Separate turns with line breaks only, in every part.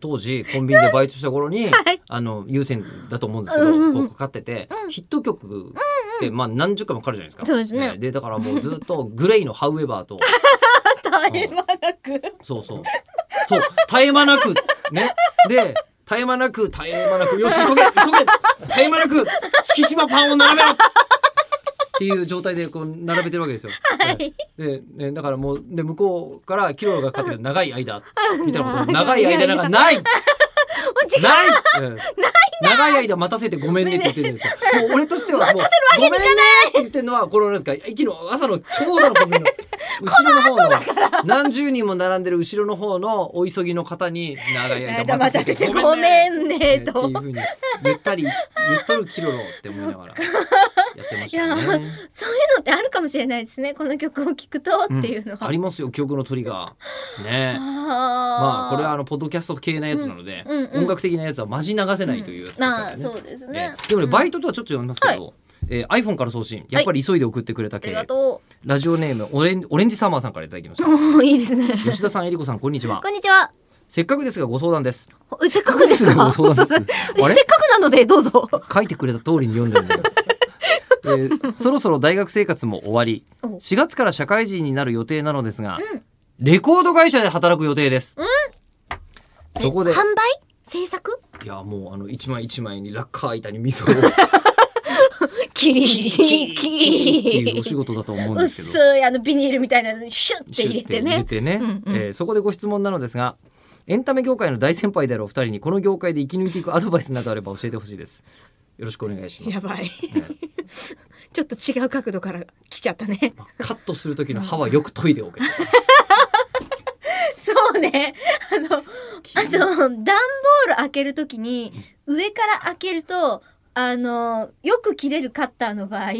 当時コンビニでバイトした頃に、
はい
あの有線だと思うんですけど、
うんうん
こうかかってて、ヒット曲って、まあ、何十回もかかるじゃないですか。
そうですね
でだからもうずっとグレイの「ハウエバー」 と
絶 え間なく
そうそうそう絶え間なくねで絶え間なく絶え間なくよし急げ急げ絶え間なく敷島パンを並べろっていう状態でこう並べてるわけですよ。
はい
で、ね、だからもうで向こうからキロがかかってくる長い 間みたいなこと長い間なんかないない、うん長い間待たせてごめんねって言ってるんですか、もう俺としてはもうごめんねって言ってるのはこのなんですか駅の朝のちょうどの コンビニの後ろの方の何十人も並んでる後ろの方のお急ぎの方に長い間待たせてご
ご
めんね
めんね
っていう
と
ふうに言ったり言っとるキロロって思いながらやってま したね。
そういうのってあるかもしれないですねこの曲を聴くとっていうの
ん
は、
ありますよ記憶のトリガーねまあこれはあのポッドキャスト系なやつなので、
うんうんうん
音楽的なやつはマジ流せないというやつですか
ま
ら
あ
ね。
そうですね
ねでもねバイトとはちょっと読みますけど、えー iPhone から送信やっぱり急いで送ってくれた
あり
系、
がと
ラジオネームオレンオレンジサマーさんからいただきまし
う
た
おーいいですね
吉田さんえりこさんこんにちは
こんにちは
せっかくですがご相談です
おせっかくです か
そうなんです
せっ
あれ
かくなのでどうぞ
書いてくれた通りに読んで るんだよえーそろそろ大学生活も終わり
お
4月から社会人になる予定なのですが、レコード会社で働く予定です、そこで
え販売制作
いやもうあの一枚一枚にラッカー板に 味噌を
キリキリ
って
キ
いうお
リ
仕事だと思うん
うっ
ですけど。
すいあのビニールみたいなのにシュッて入れて
シュッ入
ね
れてね
うんうん
えーそこでご質問なのですがエンタメ業界の大先輩であるお二人にこの業界で生き抜いていくアドバイスなどあれば教えてほしいです。よろしくお願いします。
やばい
ね
ちょっと違う角度から来ちゃったね
まあカットする時の歯はよく研いでおけ。
そうね。あの、あと、段ボール開けるときに、上から開けると、あの、よく切れるカッターの場合、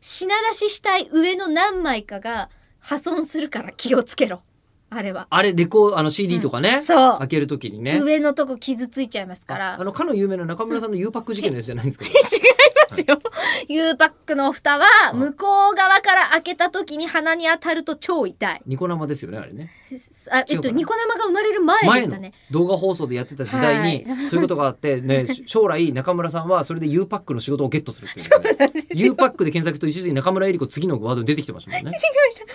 品出ししたい上の何枚かが破損するから気をつけろ。あれは。
あれレコーあの CD とかね、
うんそう
開ける時にね。
上のとこ傷ついちゃいます から。
あのかの有名な中村さんの U パック事件のやつじゃないんですけど。
違いますよ。U パックの蓋は、
うん
向こう側から開けたときに鼻に当たると超痛い。
ニコ生ですよねあれね。
あえ
違
っ
うか
と、
な
ニコ生が生まれる前で
前
した
の
ね。
動画放送でやってた時代に
は
そういうことがあって ね将来中村さんはそれで U パックの仕事をゲットするっていうね U パックで検索と一時に中村えり子次のワー ドに出てきてましたもんね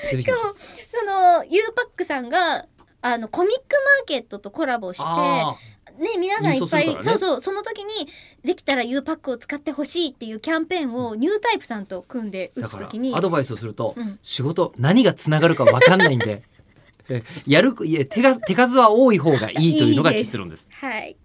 出て
し
き
か
まし
も
た
その U パックさんがあのコミックマーケットとコラボして
あ
ね皆さんいっぱい、
郵送するからね
そうそうその時にできたら U パックを使ってほしいっていうキャンペーンをニュータイプさんと組んで
ー
打
だ
つ
か
時に
らアドバイスをすると
うん
仕事何がつながるかわかん ないんでえやるいや手が手数は多い方がいいというのが結論です
はい